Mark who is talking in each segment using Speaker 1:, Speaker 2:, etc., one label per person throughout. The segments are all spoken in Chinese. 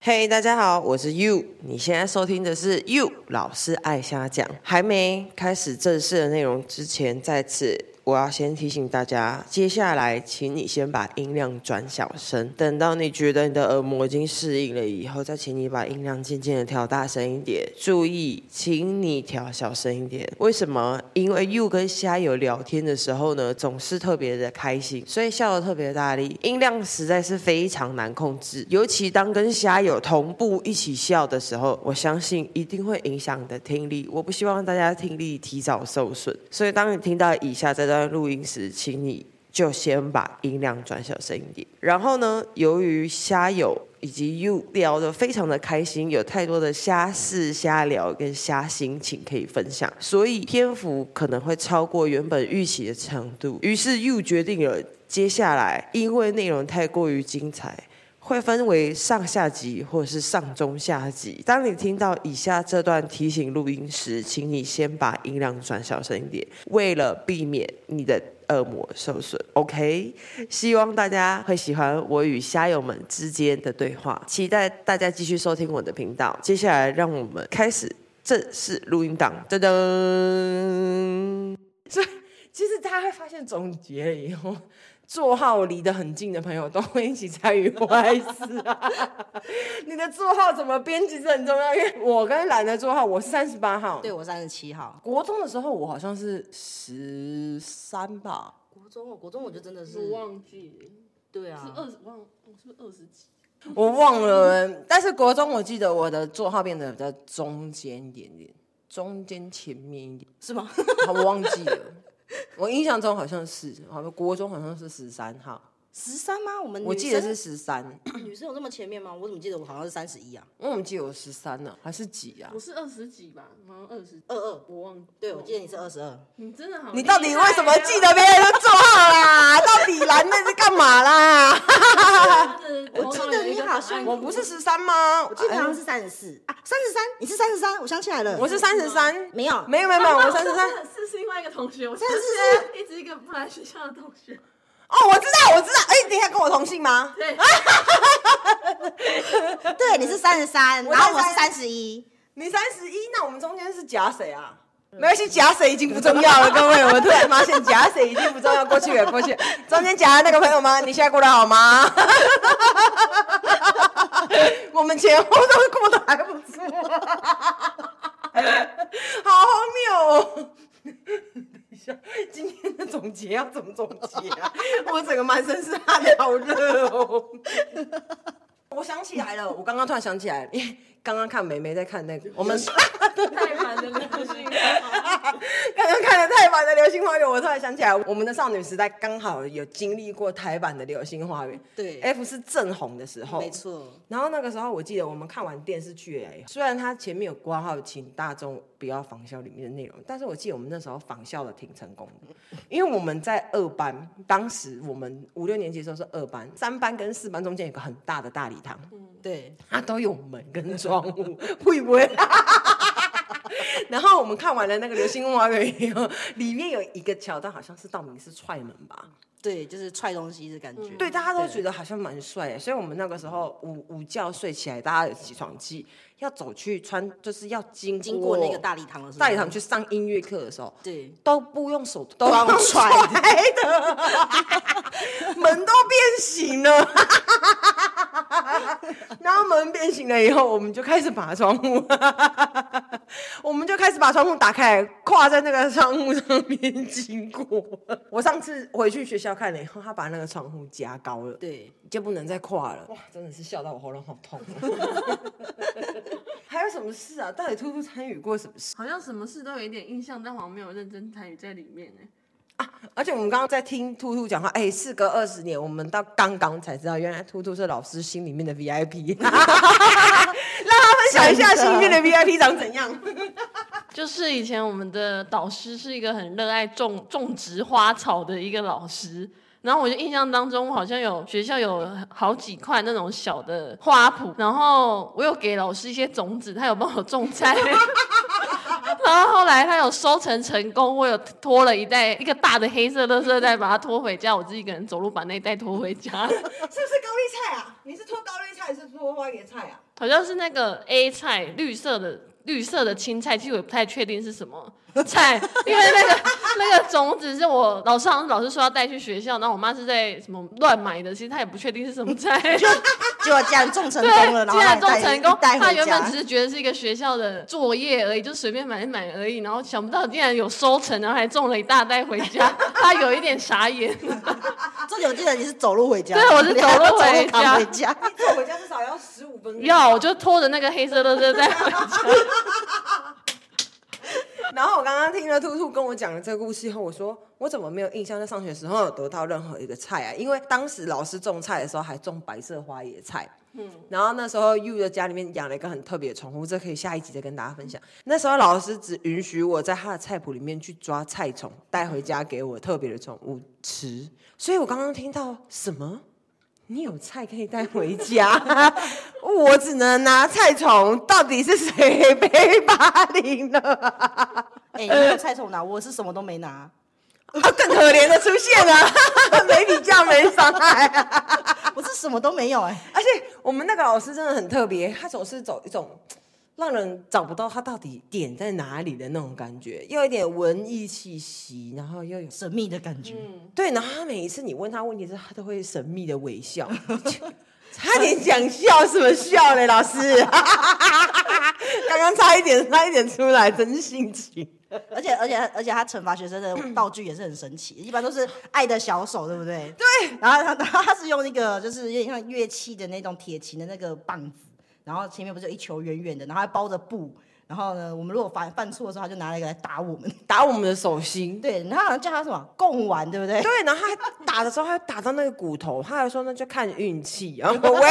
Speaker 1: 嘿、大家好，我是 You，你现在收听的是 You 老师爱瞎讲。还没开始正式的内容之前，在此我要先提醒大家，接下来请你先把音量转小声，等到你觉得你的耳膜已经适应了以后，再请你把音量渐渐的调大声一点。注意，请你调小声一点。为什么？因为 You 跟虾友聊天的时候呢，总是特别的开心，所以笑得特别大力，音量实在是非常难控制。尤其当跟虾友同步一起笑的时候，我相信一定会影响你的听力。我不希望大家听力提早受损，所以当你听到以下这段录音时，请你就先把音量转小声一点。然后呢，由于虾友以及 You 聊得非常的开心，有太多的虾事、虾聊跟虾心情可以分享，所以篇幅可能会超过原本预期的长度。于是 You 决定了，接下来因为内容太过于精彩。会分为上下集或者是上中下集。当你听到以下这段提醒录音时，请你先把音量转小声一点，为了避免你的耳膜受损。OK，希望大家会喜欢我与虾友们之间的对话，期待大家继续收听我的频道。接下来让我们开始正式录音档，噔噔。
Speaker 2: 其实大家会发现，总结了以后，座号离得很近的朋友都会一起参与坏事啊。你的座号怎么编辑是很重要，因为我跟懒的座号，我是三十八号。
Speaker 3: 对，我三十七号。
Speaker 2: 国中的时候我好像是十三吧，
Speaker 3: 国中，哦国中我就真的
Speaker 4: 我
Speaker 3: 是，
Speaker 4: 忘记了，
Speaker 3: 对
Speaker 4: 是
Speaker 2: 嗯
Speaker 3: 啊，
Speaker 4: 二十，忘，我是不是二十几？
Speaker 2: 我忘了。但是国中我记得我的座号变得比较中间一点点，中间前面一点，
Speaker 3: 是吗？
Speaker 2: 好我忘记了。我印象中好像是，好像国中好像是十三号，
Speaker 3: 十三吗？我们
Speaker 2: 我
Speaker 3: 女
Speaker 2: 记得
Speaker 3: 生
Speaker 2: 是十三。
Speaker 3: 女生有这么前面吗？我怎么记得我好像是三十一啊？
Speaker 2: 因为我们记得有十三呢，还是几啊
Speaker 4: 我？是二十几吧，好像二十，
Speaker 3: 二二，
Speaker 4: 我忘了。
Speaker 3: 对，我记得你是二十二。
Speaker 4: 你真的好，啊
Speaker 2: 你到底为什么记？得别人的座号啦？到底蓝那是干嘛啦？
Speaker 4: 我
Speaker 3: 记得你好像
Speaker 2: 我不是十三吗？我
Speaker 3: 我记得好像是三十四啊，三十三，你是三十三，我想起来了，
Speaker 2: 我是三十三，
Speaker 3: 没有，
Speaker 2: 没有没 有没有，我三十三。
Speaker 4: 是是另外一个同学，我是一直一个不来学校的同学。
Speaker 2: 哦，我知道我知道，哎，你等一下跟我同姓吗？
Speaker 4: 对，
Speaker 3: 对，你是三十三，
Speaker 2: 我
Speaker 3: 然后我
Speaker 2: 33
Speaker 3: 是三十一，
Speaker 2: 你三十一，那我们中间是夹谁啊？没关系，夹谁已经不重要 了，各位。我突然发现夹谁已经不重要，过去也过去了。中间夹的那个朋友吗？你现在过得好吗？我们前后都过得还不错，好荒谬哦！等一下，今天的总结要怎么总结啊？我整个满身是汗，好热哦。我想起来了，我刚刚突然想起来了，因为刚刚看梅梅在看那个，我们
Speaker 4: 太烦的流星
Speaker 2: 刚刚看了台版的《流星花园》，我突然想起来，我们的少女时代刚好有经历过台版的《流星花园》
Speaker 3: 对
Speaker 2: ，F 是正红的时候，
Speaker 3: 没。错，
Speaker 2: 然后那个时候，我记得我们看完电视剧哎，虽然它前面有挂号，请大众不要仿效里面的内容，但是我记得我们那时候仿效的挺成功的，因为我们在二班，当时我们五六年级的时候是二班，三班跟四班中间有个很大的大礼堂，
Speaker 3: 对，
Speaker 2: 它都有门跟窗户，会不会？ 然后我们看完了那个《流星花园》以后，里面有一个桥段，好像是道明寺踹门吧？
Speaker 3: 对，就是踹东西的感觉，
Speaker 2: 对，大家都觉得好像蛮帅的，所以我们那个时候
Speaker 3: 嗯
Speaker 2: 午午觉睡起来，大家有起床气，要走去穿，就是要经
Speaker 3: 经过那个大礼堂的时候，
Speaker 2: 大礼堂去上音乐课的时候，
Speaker 3: 对，
Speaker 2: 都不用手，
Speaker 3: 都
Speaker 2: 都
Speaker 3: 用
Speaker 2: 用
Speaker 3: 踹
Speaker 2: 的，门都变形了。然后门变形了以后，我们就开始把窗户，我们就开始把窗户打开，跨在那个窗户上面经过。我上次回去学校看了以后，他把那个窗户加高了，
Speaker 3: 对，
Speaker 2: 就不能再跨了。哇，真的是笑到我喉咙好痛。 还有什么事啊？到底兔兔参与过什么事？
Speaker 4: 好像什么事都有一点印象，但好像没有认真参与在里面欸呢。
Speaker 2: 而且我们刚刚在听兔兔讲话，哎、事隔二十年，我们到刚刚才知道，原来兔兔是老师心里面的 VIP。让他分享一下心里面 的 VIP 长怎样。
Speaker 4: 就是以前我们的导师是一个很热爱种种植花草的一个老师，然后我就印象当中好像有学校有好几块那种小的花圃，然后我有给老师一些种子，他有帮我种菜。 然后后来他有收成成功，我有拖了一袋一个大的黑色垃圾袋，把它拖回家，我自己一个人走路把那一袋拖回家。
Speaker 2: 是不是高丽菜啊？你是拖高丽菜，是拖花椰菜啊？
Speaker 4: 好像是那个 A 菜，绿色的绿色的青菜，其实我也不太确定是什么菜， 因为那个那个种子是我老师好像老师说要带去学校，然后我妈是在什么乱买的，其实她也不确定是什么菜。
Speaker 3: 结果竟然种成
Speaker 4: 对，
Speaker 3: 功 了，然后
Speaker 4: 竟然种
Speaker 3: 还带
Speaker 4: 成功，
Speaker 3: 带
Speaker 4: 他
Speaker 3: 回
Speaker 4: 原本
Speaker 3: 家
Speaker 4: 只。是觉得是一个学校的作业而已，就随便买买而已，然后想不到竟然有收成，然后还种了一大袋回家，他有一点傻眼。
Speaker 3: 重啊点我记得你是走路回家，
Speaker 4: 对我是
Speaker 3: 你还
Speaker 4: 走路
Speaker 3: 要
Speaker 4: 回
Speaker 3: 走
Speaker 4: 家
Speaker 3: 扛回家。
Speaker 2: 坐回家至少要十五分钟。
Speaker 4: 要我就拖着那个黑色垃圾袋回家，
Speaker 2: 然后我刚刚听了兔兔跟我讲了这个故事以后，我说我怎么没有印象在上学时候有得到任何一个菜啊？因为当时老师种菜的时候还种白色花椰菜。嗯，然后那时候 U 的家里面养了一个很特别的宠物，这可以下一集再跟大家分享。那时候老师只允许我在他的菜谱里面去抓菜虫，带回家给我特别的宠物吃。所以我刚刚听到什么？你有菜可以带回家， 我只能拿菜虫。到底是谁被霸凌了？
Speaker 4: 呃
Speaker 3: 哎，你有菜虫拿，我是什么都没拿，
Speaker 2: 啊，更可怜的出现了， 没比较没伤害、啊。
Speaker 3: 我是什么都没有哎。
Speaker 2: 而且我们那个老师真的很特别，他总是走一种让人找不到他到底点在哪里的那种感觉，又有一点文艺气息，然后又有
Speaker 3: 神秘的感觉，
Speaker 4: 嗯
Speaker 2: 对，然后他每一次你问他问题之后，他都会神秘的微笑， 差点讲笑什么笑嘞，老师， 刚刚差一点差一点出来，真性情。
Speaker 3: 而且而且而且他惩罚学生
Speaker 4: 嗯
Speaker 3: 的道具也是很神奇，一般都是爱的小手，对不对？对。然后他然后他是用那个就是有点像乐器的那种铁琴的那个棒子，然后前面不是有一球圆圆的，然后还包着布。然后呢，我们如果犯犯错的时候，他就拿那个来打我们。
Speaker 2: 打我们的手心，
Speaker 3: 对，然后好像叫他什么共玩，对不
Speaker 4: 哦
Speaker 3: 对？
Speaker 2: 对，然后他打的时候，他打到那个骨头，他还说那就看运气。 然后我喂，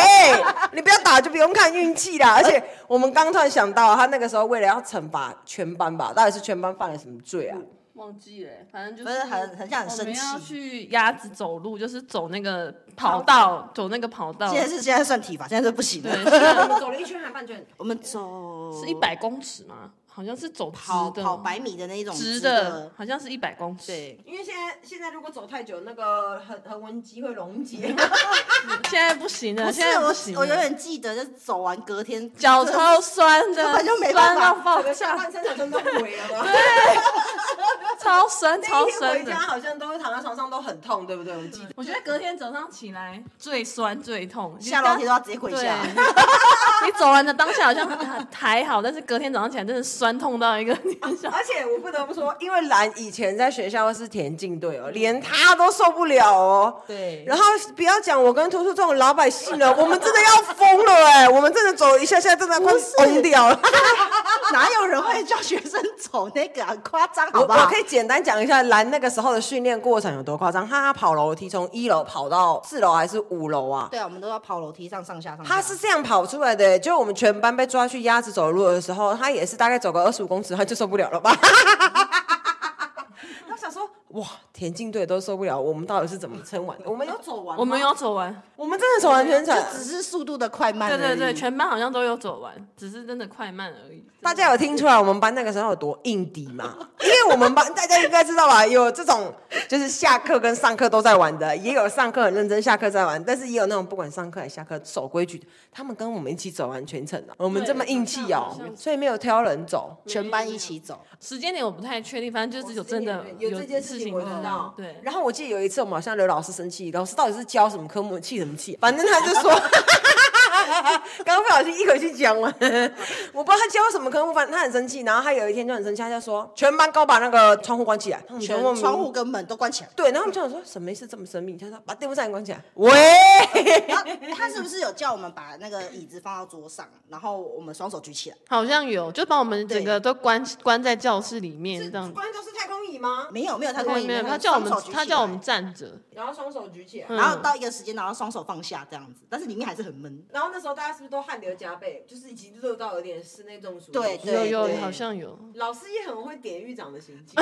Speaker 2: 你不要打就不用看运气啦。而且我们刚突然想到，他那个时候为了要惩罚全班吧，到底是全班犯了什么罪啊？
Speaker 4: 忘记了，欸反正就
Speaker 3: 不是很很像很生气
Speaker 4: 我们要去鸭子走路，就是走那个跑道，走那个跑道，
Speaker 3: 现在是现在算体罚，现在是不行
Speaker 4: 对，
Speaker 3: 的。
Speaker 4: 是
Speaker 2: 们走了一圈还半圈，
Speaker 3: 我们走
Speaker 4: 是一百公尺吗？好像是走直
Speaker 3: 跑
Speaker 4: 的，
Speaker 3: 跑百米的那种
Speaker 4: 直的，，好像是一百公尺。
Speaker 3: 对，
Speaker 2: 因为现在现在如果走太久，那个横横纹肌会啊溶解。
Speaker 4: 现在不行了，
Speaker 3: 不是
Speaker 4: 现在
Speaker 3: 我
Speaker 4: 不行，
Speaker 3: 我永远记得，就是走完隔天
Speaker 4: 脚超酸的，
Speaker 3: 根本就没办
Speaker 4: 酸
Speaker 3: 法
Speaker 4: 到爆
Speaker 2: 下
Speaker 4: 炸，
Speaker 2: 半身好像都毁了吧？
Speaker 4: 超酸
Speaker 2: 那
Speaker 4: 超
Speaker 2: 一天回
Speaker 4: 酸
Speaker 2: 家
Speaker 4: 的。
Speaker 2: 好像都会躺在床上都很痛，对不对？我记得。
Speaker 4: 我觉得隔天早上起来最酸最痛，
Speaker 3: 下楼梯都要直接跪
Speaker 4: 对
Speaker 3: 下。
Speaker 4: 你 走完的当下好像还还好，但是隔天早上起来真的酸痛到一个， 你想
Speaker 2: 而且我不得不说，因为兰以前在学校是田径队哦，连他都受不了哦。
Speaker 3: 对
Speaker 2: 然后不要讲我跟图图这种老百姓了，我们真的要疯了哎、我们真的走一下下，真的快疯掉了。
Speaker 3: 哪有人会叫学生走那个、啊？夸张
Speaker 2: 我
Speaker 3: 好不
Speaker 2: 我
Speaker 3: 好
Speaker 2: 可？以简单讲一下兰那个时候的训练过程有多夸张。他跑楼梯从一楼跑到四楼还是五楼啊？
Speaker 3: 对啊，我们都要跑楼梯上上下上下。
Speaker 2: 他是这样跑出来的、就我们全班被抓去鸭子走路的时候，他也是大概走个二十五公尺，他就受不了了吧？ 他想说，哇，田径队都受不了，我们到底是怎么撑完的？我们有走完吗
Speaker 4: 我们有，走完，
Speaker 2: 我们真的走完全程。
Speaker 3: 只是速度的快慢而
Speaker 4: 对
Speaker 3: 已。
Speaker 4: 对对，全班好像都有走完，只是真的快慢而已。
Speaker 2: 大家有听出来我们班那个时候有多硬底吗？ 因为我们班大家应该知道吧，有这种就是下课跟上课都在玩的，也有上课很认真，下课在玩，但是也有那种不管上课还是下课守规矩的，他们跟我们一起走完全程的、我们这么硬气哦、
Speaker 4: 好像
Speaker 2: 所以没有挑人走。
Speaker 3: 全班一起走。
Speaker 4: 时间点我不太确定，反正就是有真的
Speaker 2: 有这件事情我知
Speaker 4: 发生
Speaker 2: 道。
Speaker 4: 对，
Speaker 2: 然后我记得有一次我们好像刘老师生气，老师到底是教什么科目气什么气？反正他就说， 刚刚不小心一口气讲完，我不知道他教什么科目，反正他很生气。然后他有一天就很生气，他就说全班给我把那个窗户关起来，
Speaker 3: 全
Speaker 2: 部，
Speaker 3: 窗户。跟门都关起来
Speaker 2: 对，然后我们就想说什么意思这么生命？他说把电风扇也关起来。喂，
Speaker 3: 然后他是不是有叫我们把那个椅子放到桌上，然后我们双手举起来？
Speaker 4: 好像有，就把我们整
Speaker 3: 对
Speaker 4: 个都关关在教室里面这样。
Speaker 2: 关就是太空椅吗？
Speaker 3: 没有，没有，他跟我
Speaker 4: 对，
Speaker 3: 一
Speaker 4: 没有，
Speaker 3: 样，
Speaker 4: 他叫我们
Speaker 3: 双手举，起来
Speaker 4: 他叫我们，站着，
Speaker 2: 然后双手举起来。
Speaker 4: 嗯
Speaker 3: 然后到一个时间，然后双手放下这样子，但是里面还是很闷。
Speaker 2: 然后那时候大家是不是都汗流浃背，就是已经热到有点室内中暑
Speaker 3: 对
Speaker 4: 有
Speaker 3: 对
Speaker 4: 有
Speaker 3: 对
Speaker 4: 好像有，
Speaker 2: 老师也很会典狱长的行径。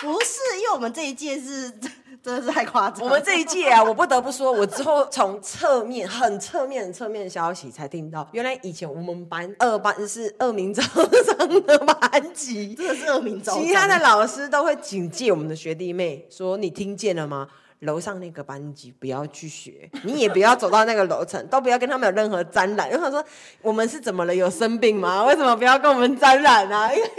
Speaker 3: 不是，因为我们这一届是 真的是太夸张。
Speaker 2: 我们这一届啊，我不得不说，我之后从侧面、很侧面、很侧面的消息才听到，原来以前我们班二班是恶名昭彰的班级，
Speaker 3: 真的是恶名昭彰。
Speaker 2: 其他的老师都会警戒我们的学弟妹，说你听见了吗？楼上那个班级不要去学，你也不要走到那个楼层，都不要跟他们有任何沾染。然后他说我们是怎么了？有生病吗？为什么不要跟我们沾染啊？因为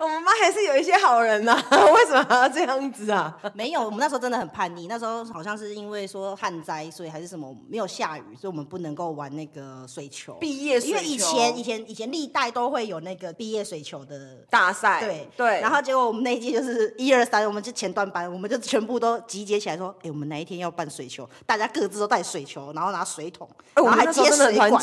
Speaker 2: 我们班还是有一些好人呐、啊， 为什么还要这样子啊？
Speaker 3: 没有，我们那时候真的很叛逆。那时候好像是因为说旱灾，所以还是什么没有下雨，所以我们不能够玩那个水球。
Speaker 2: 毕业水
Speaker 3: 因
Speaker 2: 球
Speaker 3: 为以前以前以前历代都会有那个毕业水球的。
Speaker 2: 大赛，
Speaker 3: 对
Speaker 2: 对，
Speaker 3: 然后结果我们那一届就是一二三，我们就前段班，我们就全部都集结起来说，哎、我们哪一天要办水球，大家各自都带水球，然后拿水桶，
Speaker 2: 哎我
Speaker 3: 然
Speaker 2: 们
Speaker 3: 后还
Speaker 2: 那时候
Speaker 3: 接
Speaker 2: 真的很
Speaker 3: 水管
Speaker 2: 团。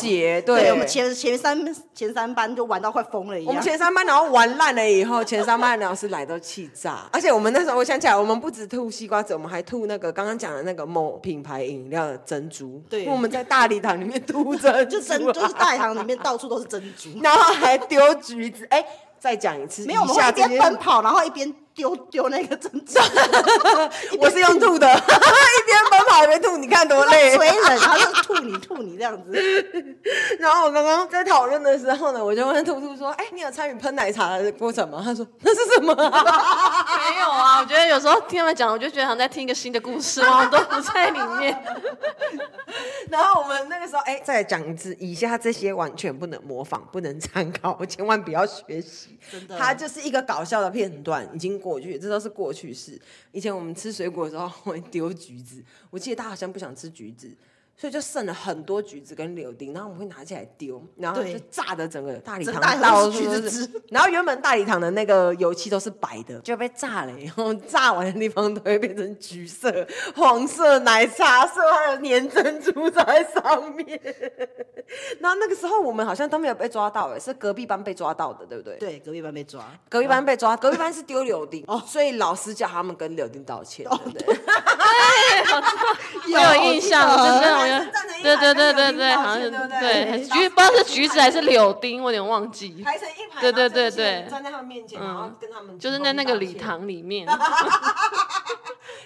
Speaker 2: 结，
Speaker 3: 我们前前三前三班就玩到快疯了一样。
Speaker 2: 我们前三班，然后玩烂了以后，前三班的老师来都气炸。而且我们那时候，我想起来，我们不止吐西瓜子，我们还吐那个刚刚讲的那个某品牌饮料的珍珠。
Speaker 3: 对
Speaker 2: 因为我们在大礼堂里面吐珍珠啊、
Speaker 3: 就珍就是大礼堂里面到处都是珍珠，
Speaker 2: 然后还丢橘子。哎、再讲一次，
Speaker 3: 没有，我们
Speaker 2: 以
Speaker 3: 会
Speaker 2: 下
Speaker 3: 一边
Speaker 2: 这件
Speaker 3: 奔跑，然后一边丢丢那个珍珠，
Speaker 2: 我是用吐的， 一边奔跑一 边吐，你看多累。
Speaker 3: 水冷，然后就吐你吐你这样子。
Speaker 2: 然后我刚刚在讨论的时候呢，我就问兔兔说：“哎、你有参与喷奶茶的过程吗？”他说：“那是什么啊、
Speaker 4: 没有啊，我觉得有时候听他们讲，我就觉得好像在听一个新的故事，我都不在里面。
Speaker 2: 然后我们那个时候，哎，再讲一次，以下这些完全不能模仿，不能参考，千万不要学习。
Speaker 3: 真的
Speaker 2: 它就是一个搞笑的片段，已经过去，这都是过去式。以前我们吃水果的时候会丢橘子，我记得他好像不想吃橘子。所以就剩了很多橘子跟柳丁，然后我们会拿起来丢，然后
Speaker 3: 对
Speaker 2: 就炸的整个大礼堂
Speaker 3: 整大堂
Speaker 2: 到
Speaker 3: 都是
Speaker 2: 处都
Speaker 3: 橘子
Speaker 2: 是
Speaker 3: 汁。
Speaker 2: 然后原本大礼堂的那个油漆都是白的，就被炸了，然后 炸完的地方都会变成橘色、黄色、奶茶色，还有粘珍珠在上面。然后那个时候我们好像都没有被抓到，哎，是隔壁班被抓到的，对不对？。
Speaker 3: 对，隔壁班被抓，
Speaker 2: 隔壁班被抓，隔壁班是丢柳丁，所以老师叫他们跟柳丁道歉，对哦不对？
Speaker 4: 我有印象，真的，我
Speaker 2: 原来
Speaker 4: 有
Speaker 2: 是站着一
Speaker 4: 对
Speaker 2: 排
Speaker 4: 对对
Speaker 2: 跟
Speaker 4: 对
Speaker 2: 柳丁
Speaker 4: 对，
Speaker 2: 道
Speaker 4: 好像
Speaker 2: 歉
Speaker 4: 是
Speaker 2: 对不对
Speaker 4: 对橘，不知道是橘子还是柳丁，我有点忘记，
Speaker 2: 排成一排，
Speaker 4: 对对
Speaker 2: 然后
Speaker 4: 对
Speaker 2: 这些人
Speaker 4: 对嗯
Speaker 2: 站在他们面前，然后跟他们
Speaker 4: 就是在那个礼
Speaker 2: 道歉。
Speaker 4: 堂里 面。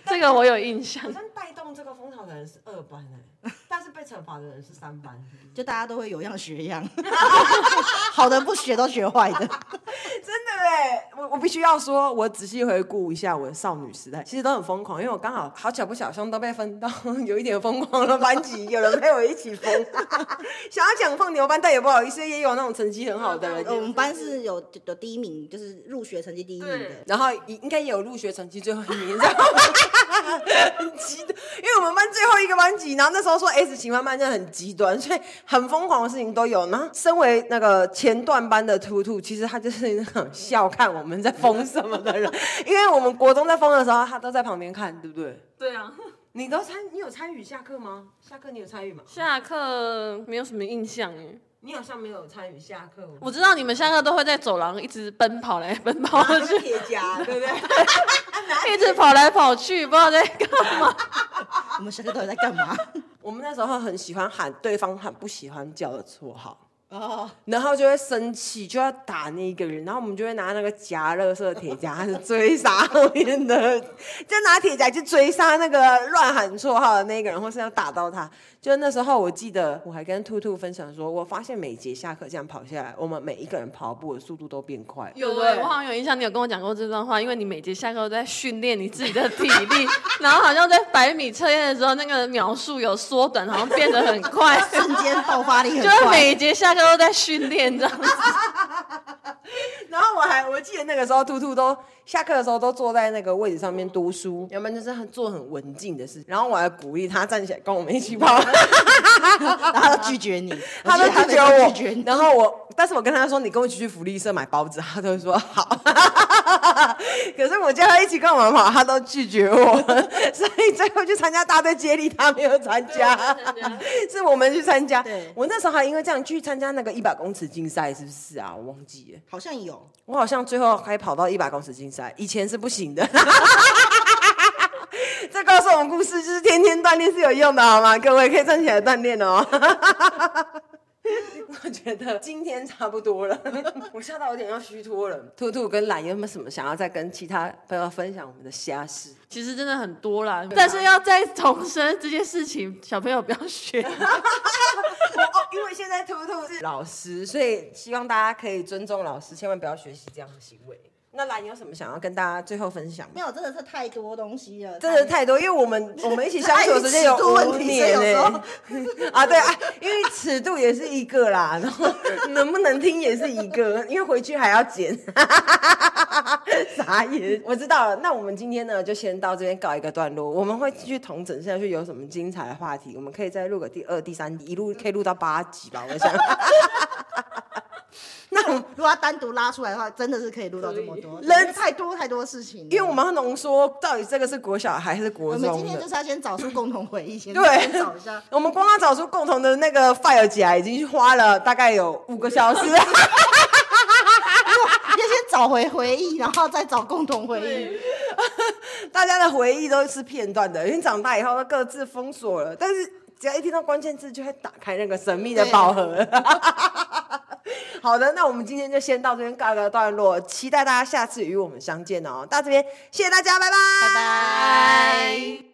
Speaker 4: 这个我有印象
Speaker 2: 好，像带动这个风潮的人是二班哎、但是被惩罚的人是三班，
Speaker 3: 就大家都会有样学样， 好的不学都学坏的。
Speaker 2: 真的哎、我我必须要说，我仔细回顾一下我的少女时代，其实都很疯狂，因为我刚好好巧不巧，兄都被分到 有一点疯狂的班级，有人陪我一起疯， 想要讲放牛班，但也不好意思，也有那种成绩很好的人，
Speaker 3: 我们班是有有第一名，就是入学成绩第一名的
Speaker 4: 对。
Speaker 2: 然后应应该也有入学成绩最后一名，然后很极端，因为我们班最后一个班级，然后那时候说哎 S 型班班真的很极端，所以很疯狂的事情都有。然后身为那个前段班的兔兔，其实他就是那种笑看我们在疯什么的人，因为我们国中在疯的时候，他都在旁边看，对不对？
Speaker 4: 对啊，
Speaker 2: 你都参，你有参与下课吗？下课你有参与吗？
Speaker 4: 下课没有什么印象耶。
Speaker 2: 你好像没有参与下课，
Speaker 4: 我知道你们下课都会在走廊一直奔跑来奔跑去，
Speaker 2: 铁夹，对不对？
Speaker 4: 一直跑来跑去，不知道在干嘛。
Speaker 3: 我们下课到底在干嘛？
Speaker 2: 我们那时候很喜欢喊对方喊不喜欢叫的绰号。
Speaker 3: 哦，
Speaker 2: 然后就会生气，就要打那一个人，然后我们就会拿那个夹乐色铁夹去追杀后面的，就拿铁夹去追杀那个乱喊绰号的那个人，或是要打到他。就那时候，我记得我还跟兔兔分享说，我发现每节下课这样跑下来，我们每一个人跑步的速度都变快。
Speaker 4: 有
Speaker 2: 对
Speaker 4: 哎，我好像有印象，你有跟我讲过这段话，因为你每节下课都在训练你自己的体力，然后好像在百米测验的时候，那个秒数有缩短，好像变得 很快，
Speaker 3: 瞬间爆发力很
Speaker 4: 就是
Speaker 3: 快。
Speaker 4: 每节下课都在训练这样子。
Speaker 2: 然后我还我记得那个时候，兔兔都下课的时候都坐在那个位置上面读书，要不然就是很做很文静的事。然后我还鼓励他站起来跟我们一起跑。
Speaker 3: 然后他拒绝你，
Speaker 2: 他都
Speaker 3: 我记得
Speaker 2: 拒绝
Speaker 3: 每次
Speaker 2: 我，
Speaker 3: 拒绝你。
Speaker 2: 然后我，但是我跟他说你跟我一起去福利社买包子，他都会说好。 可是我叫他一起跟我们跑，他都拒绝我， 所以最后去参加大队接力，他没有参
Speaker 3: 啊
Speaker 2: 加， 是我们去参加
Speaker 3: 对。
Speaker 2: 我那时候还因为这样去参加那个一百公尺竞赛，是不是啊？我忘记了，
Speaker 3: 好像有，
Speaker 2: 我好像最后还跑到一百公尺竞赛，以前是不行的。 这告诉我们故事，就是天天锻炼是有用的，好吗？各位可以站起来锻炼哦。 我觉得今天差不多了， 我吓到有点要虚脱了。兔兔跟懒有没有什么想要再跟其他朋友分享我们的瞎事？
Speaker 4: 其实真的很多啦，但是要再重申这件事情，小朋友不要学。
Speaker 2: 哦，因为现在兔兔是老师，所以希望大家可以尊重老师，千万不要学习这样的行为。那兰有什么想要跟大家最后分享吗
Speaker 3: 没？有，真的是太多东西了，
Speaker 2: 真的太多，因为我 们我们一起相处的时间有
Speaker 3: 碍于尺度
Speaker 2: 五
Speaker 3: 问题
Speaker 2: 年
Speaker 3: 所以有时候
Speaker 2: 呢、 啊，对啊，因为尺度也是一个 啦，然后能不能听也是一个，因为回去还要剪， 傻眼。我知道了，那我们今天呢就先到这边告一个段落，我们会继续统整下去，有什么精彩的话题，我们可以再录个第二、第三集，一路可以录到八集吧， 我想。那我们
Speaker 3: 如果要单独拉出来的话，真的是可以录到这么多，
Speaker 2: 以人
Speaker 3: 因为太多太多事情了。
Speaker 2: 因为我们要浓缩到底这个是国小还是国
Speaker 3: 我
Speaker 2: 中的。
Speaker 3: 们今天就是要先找出共同回忆，先
Speaker 2: 对
Speaker 3: 先找一下。
Speaker 2: 我们光要找出共同的那个 fire 起来，已经花了大概有五个小时。
Speaker 3: 要先找回回忆，然后再找共同回忆。
Speaker 2: 大家的回忆都是片段的，因为长大以后都各自封锁了，但是只要一听到关键字，就会打开那个神秘的宝盒。 好的，那我们今天就先到这边告一个段落，期待大家下次与我们相见哦。到这边，谢谢大家，拜拜，拜
Speaker 3: 拜。